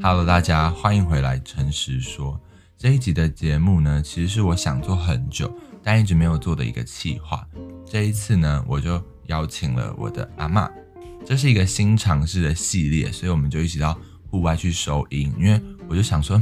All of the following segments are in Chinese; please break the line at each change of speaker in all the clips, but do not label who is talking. Hello，大家欢迎回来。诚实说，这一集的节目呢，其实是我想做很久，但一直没有做的一个企划。这一次呢，我就邀请了我的阿嬷，这是一个新尝试的系列，所以我们就一起到户外去收音。因为我就想说，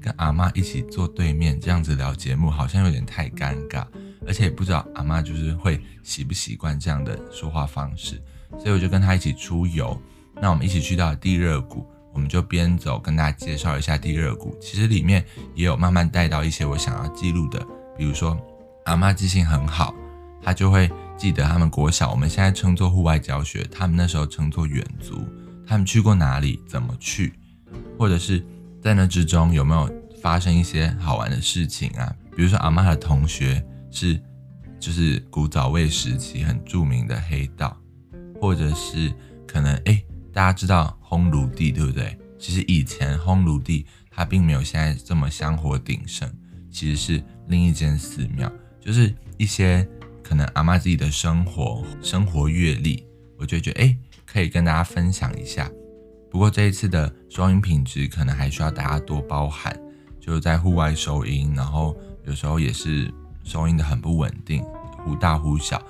跟阿嬷一起坐对面这样子聊节目，好像有点太尴尬，而且也不知道阿嬷就是会习不习惯这样的说话方式，所以我就跟她一起出游。那我们一起去到地热谷，我们就边走跟大家介绍一下地热谷。其实里面也有慢慢带到一些我想要记录的，比如说阿妈记性很好，她就会记得他们国小，我们现在称作户外教学，他们那时候称作远足，他们去过哪里，怎么去，或者是在那之中有没有发生一些好玩的事情啊？比如说阿妈的同学是就是古早味时期很著名的黑道，或者是可能诶。大家知道烘炉地对不对？其实以前烘炉地它并没有现在这么香火鼎盛，其实是另一间寺庙，就是一些可能阿妈自己的生活、生活阅历，我就觉得哎、诶可以跟大家分享一下。不过这一次的收音品质可能还需要大家多包涵，就是在户外收音，然后有时候也是收音的很不稳定，忽大忽小，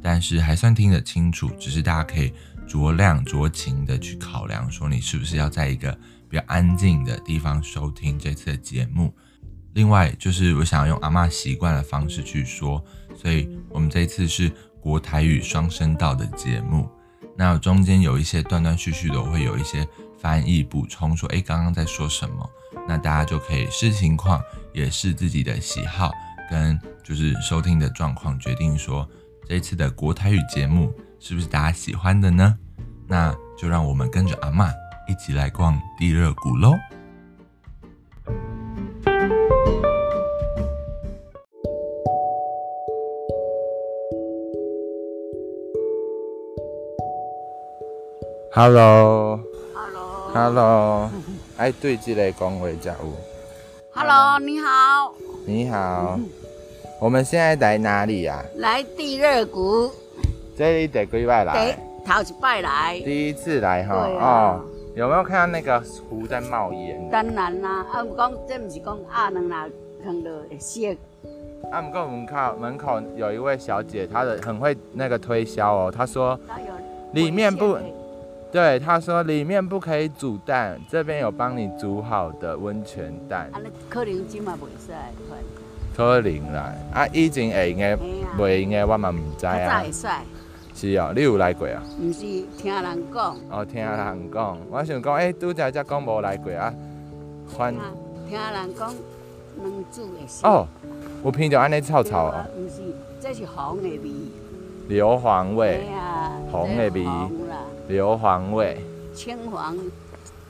但是还算听得清楚，只是大家可以。酌量酌情的去考量，说你是不是要在一个比较安静的地方收听这次的节目。另外，就是我想要用阿嬷习惯的方式去说，所以我们这一次是国台语双声道的节目。那中间有一些断断续续的，我会有一些翻译补充说，说诶刚刚在说什么？那大家就可以视情况，也是自己的喜好跟就是收听的状况决定说这次的国台语节目。是不是大家喜欢的呢？那就让我们跟着阿妈一起来逛地热谷喽。Hello，Hello，
Hello，
哎，对，这个恭维家务，
Hello，你好，
你好，我们现在来哪里呀、啊？
来地热谷，
这里得几外
第
来？
头一摆来，
第一次来哈、
对啊
哦，有没有看到那个湖在冒烟？
当然啦，啊，有讲这毋是讲啊鸭卵啦，放落会熟，
啊，不过我们靠门口有一位小姐，她的很会那个推销哦。她说，
它有
里面不
温泉
对，她说里面不可以煮蛋，这边有帮你煮好的温泉蛋
味，。安尼可能即嘛袂使，款
可能啦，啊，以前会用的，
嘿啊
袂用的我嘛唔知
较早
啊
会。使，
是哦，你有来过啊？
毋是听人讲，
哦，听人讲，我想讲，诶、拄则才讲无来过啊。反
啊，听人讲两煮会熟。
哦，有闻到安尼臭臭哦，
对啊，毋是，这是红的味，
硫磺味
嘿，啊，
红的味
这红啦，
硫磺味。
青黄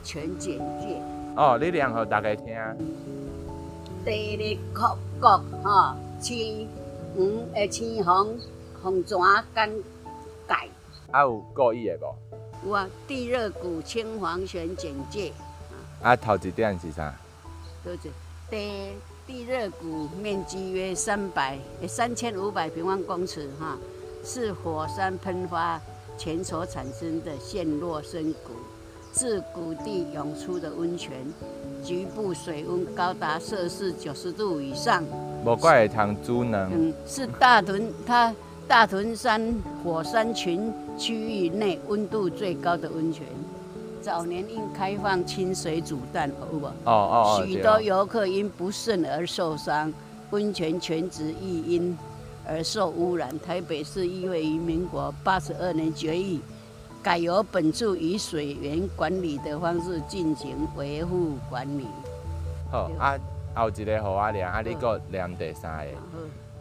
全简介。
哦，你念给大家听。啊
地日各国吼，青黄诶青红红泉跟改
啊，有故意的无？
有啊，地热谷青黄旋简介，
啊，头一点是啥？
就是地地热谷面积约三百三千五百平方公尺哈，是火山喷发前所产生的陷落深谷，自谷地涌出的温泉，局部水温高达摄氏九十度以上。
无怪会通煮卵，
嗯，是大屯它大屯山火山群区域内温度最高的温泉。早年因开放清水煮蛋，有无？
哦哦哦，
许
对
多
哦
游客因不慎而受伤，温泉全职亦因而受污染。台北市议会于民国八十二年决议，改由本处以水源管理的方式进行维护管理。
好啊，后一个互我念，啊，你搁念第三个。
好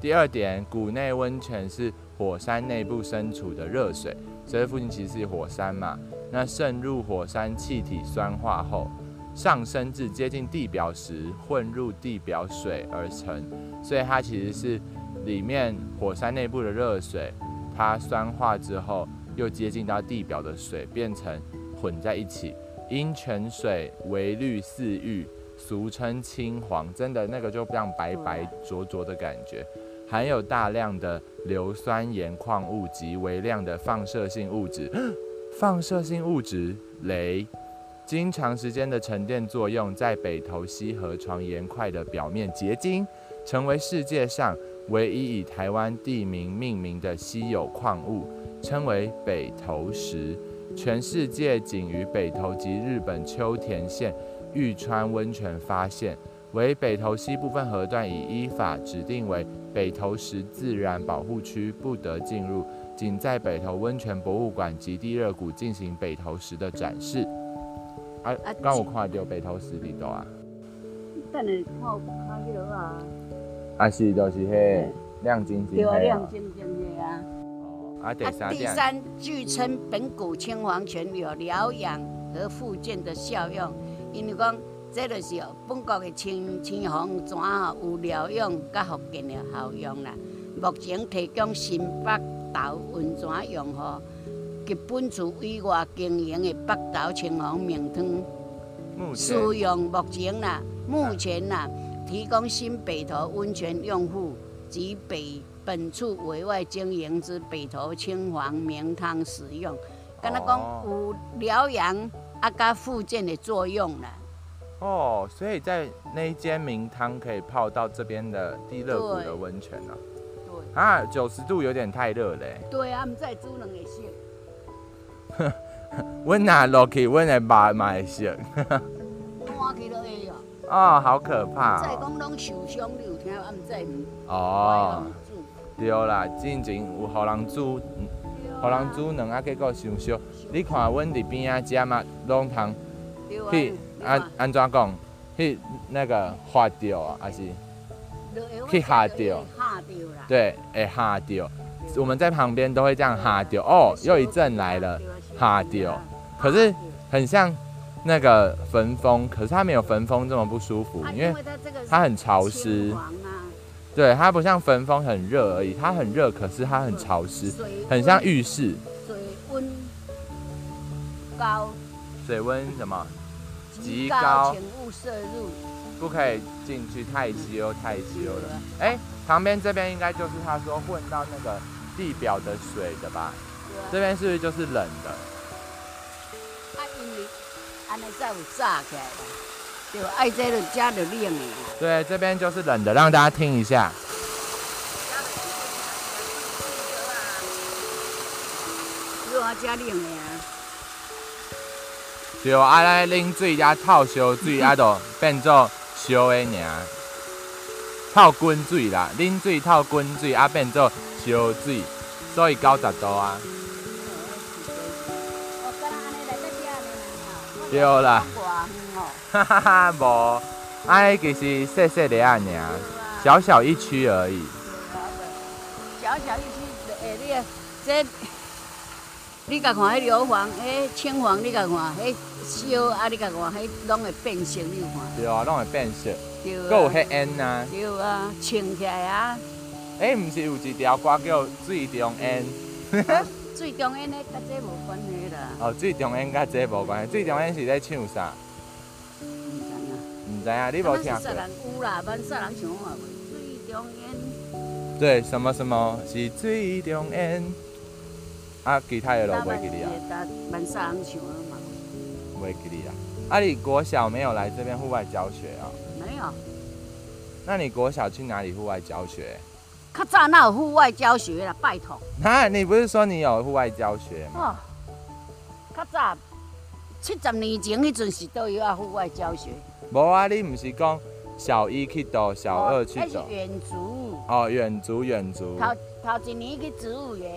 第二点，谷内温泉是火山内部深处的热水，所以附近其实是火山嘛。那渗入火山气体酸化后，上升至接近地表时，混入地表水而成，所以它其实是里面火山内部的热水，它酸化之后又接近到地表的水，变成混在一起。因泉水为绿似玉，俗称青黄，真的那个就像白白灼灼的感觉，含有大量的硫酸盐矿物及微量的放射性物质，放射性物质雷
经长时间的沉淀作用，在北投溪河床岩块的表面结晶，成为世界上唯一以台湾地名命名的稀有矿物，称为北投石。全世界仅于北投及日本秋田县玉川温泉发现，为北投西部分河段已依法指定为北投石自然保护区，不得进入。仅在北投温泉博物馆及地热谷进行北投石的展示。啊
啊，
刚有看到北投石里头啊，
等下看看迄落啊，
啊是就是迄亮晶晶
对啊，
的
亮
啊。
晶晶的啊。
哦啊，第
啊，
三
第
点，
三，据称本古青黄泉有疗养和复健的效用，因为讲这就是有本国的青青黄泉吼啊有疗养甲复健的效用啦。目前提供新北投温泉用户及本处以外经营的北投青黄名汤
目前
使用。目前
啊
啦，目前啦，提供新北投温泉用户及北本处委外经营之北投清黄名汤使用，敢若
哦
讲有疗养啊加复健的作用啦。
哦，所以在那一间名汤可以泡到这边的地热谷
对
的温泉呢、
对，
啊。啊，九十度有点太热嘞，
对啊，毋再煮两个色，
温哪落去，温的把买些。
烂去都会哦。
哦，好可怕
再
哦！
讲拢受伤，你有听啊？毋再毋
哦，对啦，之前有互人煮，互人煮两啊，结果伤烧。你看阮伫边啊遮嘛，拢通
啊
去安安怎讲？去那个化掉啊，还是
啊
去下掉
下掉啦。
对，会下掉。
对
我们在旁边都会这样哈丢哦，又一阵来了，哈丢。可是很像那个焚风，可是它没有焚风这么不舒服，
啊
因为
它这个是
它很潮湿
青。黄啊
对，它不像焚风很热而已，它很热，可是它很潮湿，
啊水温
很像浴室。
水温高
水温什么极
极
高
高，请勿摄入。
不可以进去，太稀哦，太稀哦了。哎、旁边这边应该就是他说混到那个地表的水的吧？这
对啊，
边是不是就是冷的？
啊，因为安尼才有炸起来啦，对吧？爱这就加就冷的啦。
对，这边就是冷的，让大家听一下。
热啊，加冷的啊。
对，啊，来啉水加泡烧水，啊，就变做烧的尔。泡滚水啦，啉水泡滚水，啊，变做烧水，所以九十度啊。
哦，敢若安尼来再加安尼啦。
对哦啦
我来讲偌远哦
哈哈哈，无，哎，其实细细的啊，尔，小小一区而已。
小小一区，哎，你啊，这，你甲看迄硫磺，迄青黄，你甲看，迄烧啊，你甲看，迄拢会变色，你有看？
对啊，拢会变色，
对啊。
还有迄烟啊。
对啊，穿起来啊，
哎，毋是有一条歌叫《水中烟》？
最中间的甲这无关系啦。
哦，《水中烟》甲这无关系，《水中烟》是咧唱啥？
唔知啊，
毋知影，你无听
咱是
过
杀？人有啦，咱杀人想看袂。最中间，
对，什么什么是水中烟？啊，其他的都袂记哩啊，
咱咱杀人想嘛，
袂记哩啊。啊，你国小没有来这边户外教学啊、
没有。
那你国小去哪里户外教学？
较早哪有户外教学啦，拜托。
啊，你不是说你有户外教学
哦，
吗？
较早七十年前迄阵是都有啊户外教学，
无啊，你毋是讲小一去走，小二去
迄
走
哦是？远足，
哦，远足远足，
头头一年去植物园，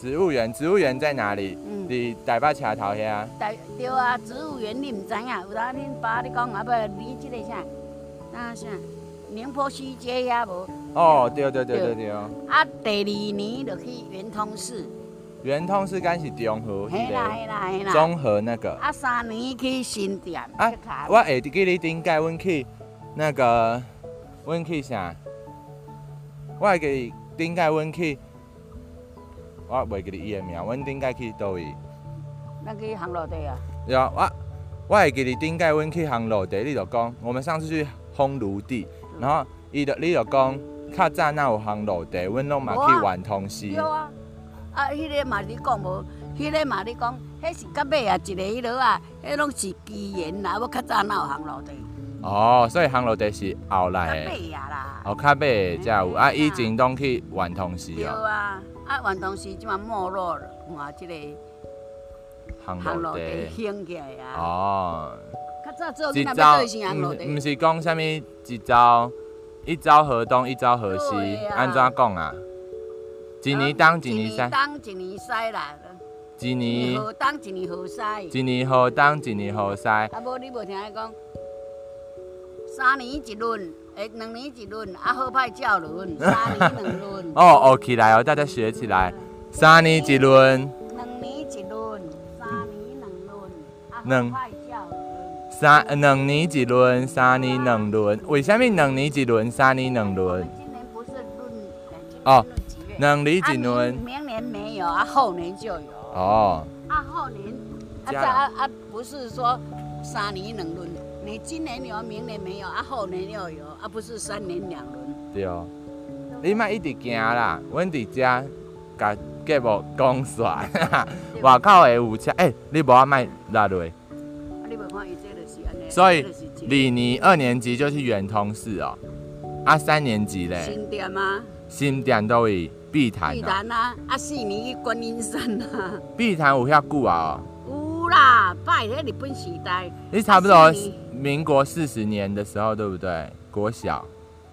植物园，植物园在哪里？
嗯，
你台北桥头遐，
对对啊，植物园你毋知影，有当恁爸咧讲啊，不你即个啥，那啥，宁波西街遐无，
哦，对对对对
对
对，
啊第二年就去圆通寺，
圆通是哦敢是中和
嘿
迄
啦嘿
个
啦嘿啦，
中和那个。
啊三年去新店，
啊
去卡
我会记你顶届阮去那个，阮去啥？我会记顶届阮去，我袂记得伊的名。阮顶届去倒位？
咱去航路地啊，
对啊，我我会记得顶届阮去烘炉地，你就讲我们上次去烘炉地，
嗯
然后伊就你就讲较早哪有烘炉地，阮拢嘛去
有啊
玩通西
对。啊，啊迄个嘛你讲无，迄个嘛，你讲，迄是到尾啊，一个迄落啊，迄拢是机缘啦，我较早哪有行路地，
哦，所以烘落地是后
较
来的，
尾啊啦，
哎哦，较尾的才有啊，
哎
以前拢去玩通时
对
哦，
啊，啊，原当时即嘛没落了，换即个
烘
行
落
路
地
地，兴起来啊，
哦，
较早做
一
囡仔要
招
做是行路嗯
毋
地，
嗯是讲啥物一招，一招河东，一招河西
对，啊
安怎讲啊？一年冬，一
一
年
年
西，
冬一年西啦，
一
一年
年
河冬一年河西，啊，
一年河东，一年河西，
无你无听伊讲，三年一轮，诶，两年一轮，啊，好歹照轮，三年两 轮，
哦，学起来哦，大家学起来，三年一轮，
两年一轮，三年两轮，啊，
两
好歹照轮，
三呃两年一轮，三年两轮，为什么两年一轮，三年两
我
轮
们？今年不是论，哎今年
哦
论几月？
两年
啊
一轮
明，明年没有，啊，后年就有。
哦，
啊，后年啊，
加
这
了
啊啊，不是说三年两轮，你今年有，明年没有，啊，后年又有，啊，不是三年两轮。
对哦，你莫一直惊啦，阮伫遮甲节目 讲煞，外口的有车，诶、你无啊莫拉落，
啊，你无看伊这就是安尼，
所以
这就是这
李尼二年级就去圆通市哦，啊三年级咧，
新店啊，
新店都去碧潭
必
哦，
然啊，啊，四年去观音山啊，
碧潭有遐久啊、哦，
有啦，拜迄日本时代
你差不多
四年
民国四十年的时候对不对？国小，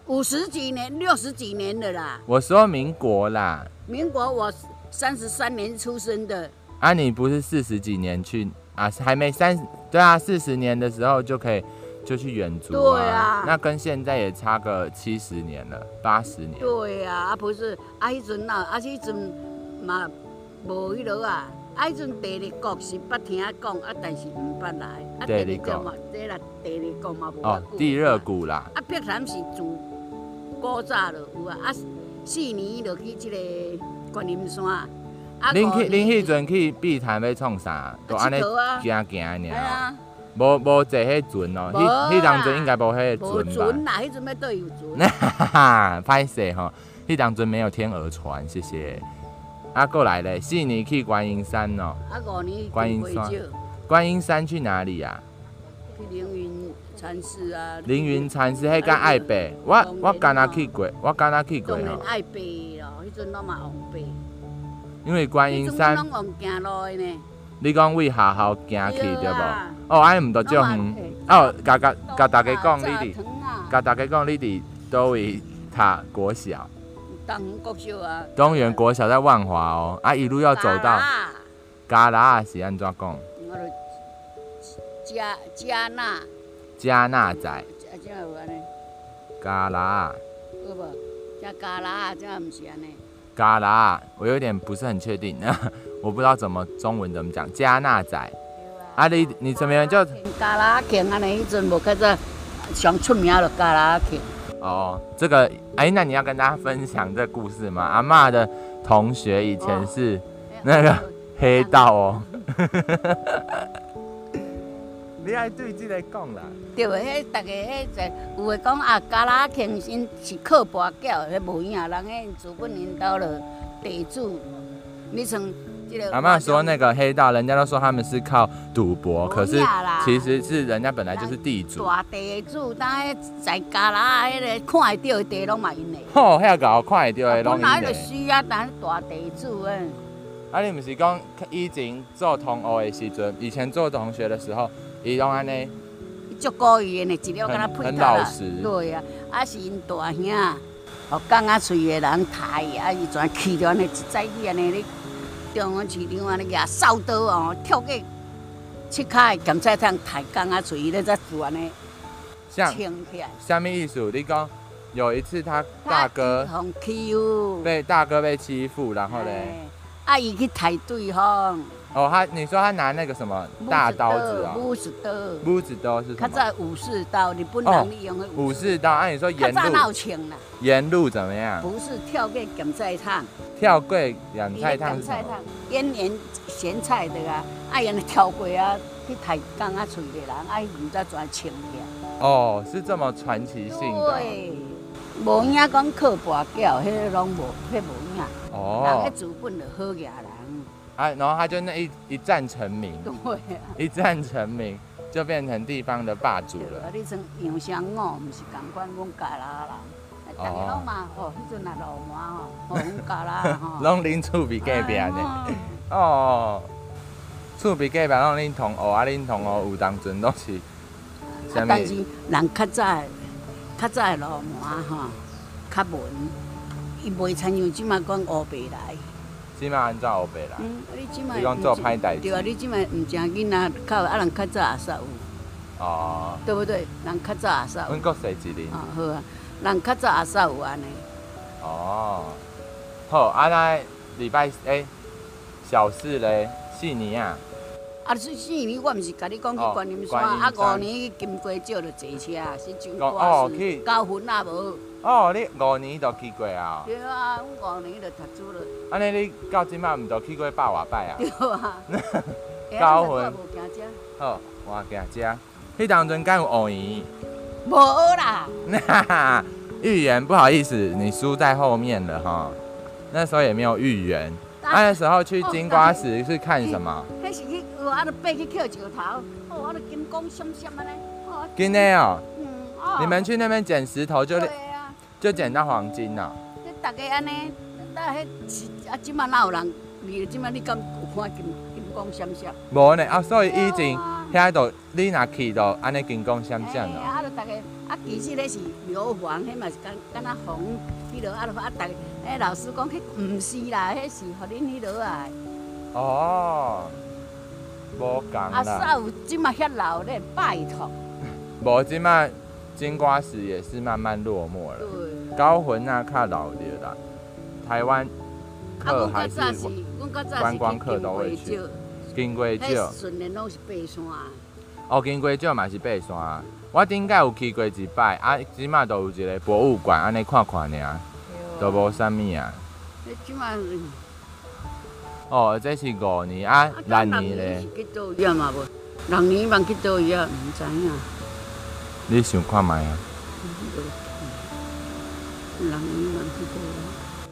五十几年、六十几年的啦，
我说民国啦，
民国我三十三年出生的，
啊你不是四十几年去啊，还没三十，对啊，四十年的时候就可以就去远足
对啊
那跟现在也差个七十年了，八十年，
对啊，啊不是，啊迄阵啊，啊迄阵嘛无迄落啊，啊迄阵第二国是捌听讲，啊但是毋捌来，啊
第二国
国嘛，这啦第二国嘛无
哦
偌久，
地热，谷啦，
啊碧潭是自古早就有啊，啊四年就去即个观音山，啊
恁
五
去恁
年
迄阵去碧潭要创啥？都安尼
佚佗啊
行行
哎
尔哦，
呀，
无无坐迄船哦，
无啦
迄迄当阵应该无迄
无
个
船
船吧？
啦，迄阵要倒有
那
船，
哈哈，歹势吼，迄当阵没有天鹅船，谢谢。啊，过来嘞，四年去观音山哦，
啊五年去
观音
花
山
石
观音山去哪里啊？
去凌云禅师啊，
凌云禅师迄间爱白，我我敢若去过，我敢若去过
当然
吼，
爱爬咯，迄阵拢嘛红爬。
因为观音
迄阵
山
拢，用行路的呢，
你讲为下校行去
对
对无
啊？
哦，安尼毋着少远
拢嘛。
哦，甲甲甲大家讲，你伫。
糖啊，
甲大家讲，你伫倒位读国小，
东园国小啊，
东园国小在万华哦，啊一路要走
加
到
啦
加拉啊是安怎讲？
我就加加纳，
加纳仔
加加有安尼，
加拉啊
有无？加加啦，这毋是安尼，
加拉，啊我有点不是很确定， 我不知道怎么中文怎么讲加纳仔啊你你怎么样叫
加啦庆安尼，迄阵无较早上出名就加啦庆，
哦？这个哎，那你要跟大家分享这故事吗？阿嬷的同学以前是那个黑道哦， 你爱对这个讲啦。
对袂，迄逐个迄在有诶讲啊，加拉庆因是靠跋筊，迄无影，人迄自本因兜了地主，你像即、个
阿妈说那个黑道，人家都说他们是靠赌博，
不
可是
要啦
其实是人家本来就是地主。
大地主，当迄在加拉迄个看会到的地拢嘛因诶。
吼，遐搞快掉的
本
拢伊
来就
的。
是啊，但是大地主诶，
啊，你毋是讲以前做同学的时阵，以前做同学的时候，伊拢安尼，
足故意诶呢，一了
很
敢若配
很
头
老
啦
实，
对啊，啊是因大兄，哦讲啊喙诶人刣伊，啊伊全气着安尼一早起安尼咧，中央市场安尼举扫刀哦，跳过七脚诶咸菜汤刣讲啊喙，伊咧才做安尼
像
清起来。
下面意思，你讲有一次他大哥
他被欺负，
被大哥被欺负，然后嘞，
哎，啊伊去刣对方，
哦，他你说他拿那个什么大刀子啊、
武士刀。
木子刀是
较
什么？
早武士刀，日本
哦
人利用的
武士刀。按、啊、你说
较
沿
早哪
路
有穿啦？
沿路怎么样？
不是跳过咸菜汤，
跳过两菜
咸
汤是什
菜
么？
汤，腌盐咸菜的啊，啊因跳过啊，去抬杠啊嘴的人，啊毋知全穿啊起来。
哦，是这么传奇性的
对，哦无影讲靠跋筊，迄个拢无，迄无影。人
哦
迄。资本就好惹人，
啊他然后他就那一一战成名，
对啊，
一战成名就变成地方的霸主
对啊
了。，
你像洋香我，毋是共款阮家啦啦，
哦
逐个拢嘛吼，迄阵啊落满吼，吼阮家啦哦吼，
拢恁厝比隔壁 呢？
哎吼
哦，厝比隔壁拢恁同学啊，恁同学有当阵拢是
啊
啥，
但
物？
是人较早的，较早的老麻吼，较文，伊袂参像即马讲乌白来。
即马安怎后白啦？
嗯，你即马
你讲做歹代志
对啊，你即马毋正囡仔较有啊，人较早也煞有，
哦，
对不对？人较早也煞有
阮。国细一年。
啊好啊，人较早也煞有安尼。
哦，好，啊那礼拜诶、小四嘞，四年啊，
啊，四四年我毋是甲你讲去
哦
观音山，
观音
啊
山
五年去金瓜石就坐车，是上
哦
挂
哦去
是高分啊无？
哦，你五年都去过啊、哦，
对啊，阮五年就读书了，
安尼你到即摆毋都去过百外摆啊？
对 啊。哎
高
咱
分
也无行遮，
好，我行遮，迄当阵敢有学语？
无啦。
哈哈，预言不好意思，你输在后面了哈。那时候也没有预言，
啊哦
那时候去金瓜石是看什么？
迄是去有啊，就爬去捡石头，哦，啊，就金光闪闪安尼，哦，
今天哦，
嗯，哦，
你们去那边捡石头就
对啊，
就捡到黄金了、
迄大家安尼，那迄是啊，即马哪有人？你即马你敢有看金金光闪闪？
无呢啊，所以以
对
前
啊
遐度你若去到安尼金光闪闪
嘿
哦。
啊，就大家啊，其实迄是硫磺，迄嘛是敢敢若防迄落啊，就啊，大家迄老师讲迄毋是啦，迄是互恁迄落啊，
哦，无共
啊，
啦，
煞有即马遐老咧，拜托，
无即摆金瓜石也是慢慢落寞了，
对。
高魂那较老了啦，台湾
啊，
客
阮较
还
早
是
是，阮较早
观
是
光
去
客
金
都
瓜
会去
石。
金龟石
迄，顺然拢是爬山啊，
哦，金龟石嘛是爬山啊，我顶摆有去过一摆，啊，即摆都有一个博物馆安尼看看尔，都无啥物啊。
你即马
哦，这是五年啊，六年
年
咧
是，去倒位啊嘛无？六年嘛去倒位啊，毋知影。
你想看卖啊？
六嗯年嘛去倒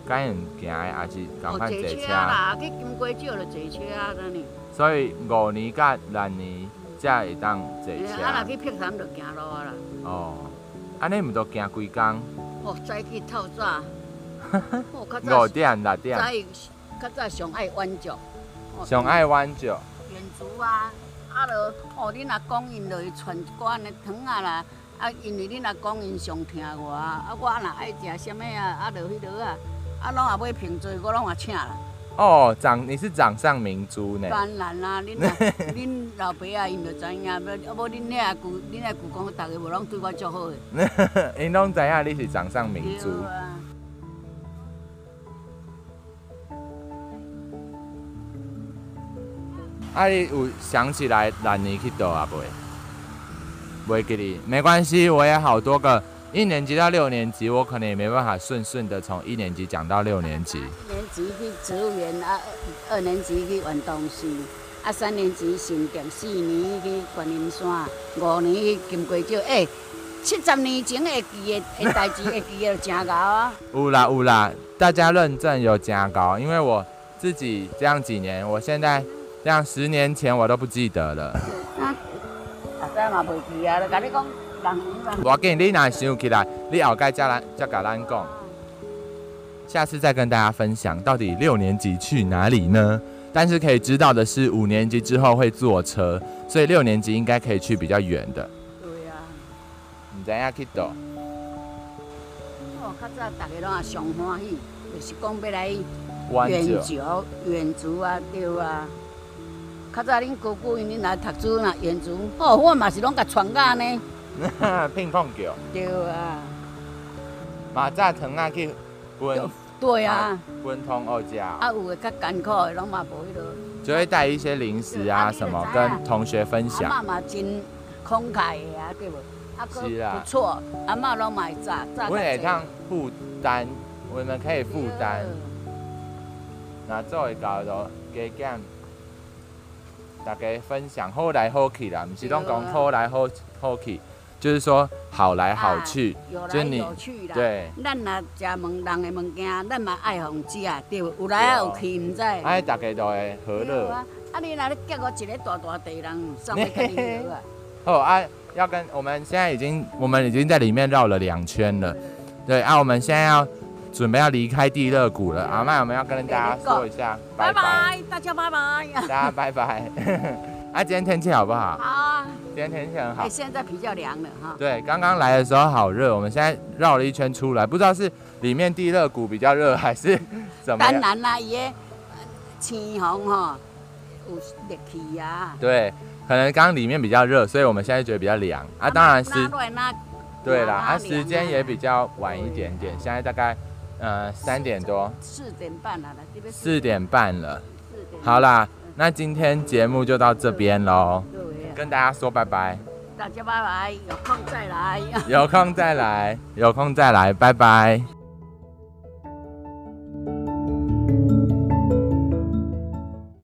敢用行的还是
位啊。
赶快坐
坐车
车？
啦，去金瓜石就坐车啊，安尼。
所以五年甲六年才会当坐
嘿
车。
啊，若去碧潭就行路啊啦。
哦，安尼毋都行几工？
哦，早起透 早。哦，较
五
早是
点六点
早，起较早上爱弯脚。哦
上爱挽石。
原珠啊，啊，就哦，恁阿公因就会传一寡安尼糖啊啦，啊，因为恁阿公因上疼我啊，啊，我若爱食什么啊，啊，就迄落啊，啊，拢也买平做，我拢也请啦。
哦，掌你是掌上明珠呢？
当然啦，恁 啊恁老爸啊，因就知影，要要无恁遐舅，恁遐舅公，逐个无拢对我足好诶。
因拢知影你是掌上明珠。
对啊。
啊，你有想起来六年去倒啊袂？袂给你，没关系，我也好多个。一年级到六年级，我可能也没办法顺顺的从一年级讲到六年级。
一年级去植物园，啊，二二年级去运动室，啊，三年级新店，四年去观音山，五年去金瓜石。诶、七十年前会记的，会代志会记的就真牛啊！
有啦有啦，大家认证有加高，因为我自己这样几年，我现在这样十年前我都不记得了。
啊，咱嘛袂记啊，就甲你讲，人人。
我紧，你若想起来，你后盖再来再甲咱讲，下次再跟大家分享到底六年级去哪里呢？但是可以知道的是，五年级之后会坐车，所以六年级应该可以去比较远的。
对啊，
你知影去倒？
哦，较早逐个拢也上欢喜，就是讲要来
弯
远
着
足、远足啊，对啊。较早恁姑姑因恁来读书若远足，哦，我嘛是拢甲传教呢，
乒乓球，
对啊，
马扎藤啊去滚
对啊。
滚通二家，
啊，有的较艰苦的，拢嘛无迄落。
就会带一些零食啊什么跟同学分
阿
享。
嬷嘛真慷慨的啊，对无？啊，佫
是啊
不错，阿嬷拢嘛会炸炸
我们会当负担，我们可以负担，
嗯
那做会到就加减，大家分享好来好去啦，毋是拢讲好来好好去，就是说好来好去，
啊有
就
来
你
有去啦。
对，
咱若食门人的物件，咱嘛爱互食，对无？有来
对哦
有去，毋知。
哎，大家都会和
对
乐。
啊，啊你若咧结我一个大大地人，送要甲你好啊。
哦啊，要跟我们现在已经，我们已经在里面绕了两圈了。对啊，我们现在要准备要离开地热谷了。阿麦，我们要跟大家说一下，拜
拜拜，大家拜拜。
大家拜 拜。啊，今天天气好不
好？
好
啊，
今天天气很好
哎，。现在比较凉了哈。
对，刚刚来的时候好热，我们现在绕了一圈出来，不知道是里面地热谷比较热，还是 怎么
当
样？
然啦，伊个青红吼有热气啊。
对，可能刚刚里面比较热，所以我们现在觉得比较凉啊。当
哪
然是。
来哪
对啦，
哪
啊，
里
时间也比较晚一点点，现在大概呃三点多，
四点半了啦，这边
四点半了。
四点。
好，啦，那今天节目就到这边喽，
各位啊，
跟大家说拜拜，
大家拜拜，有空再来。
有空再来，有空再来，拜拜。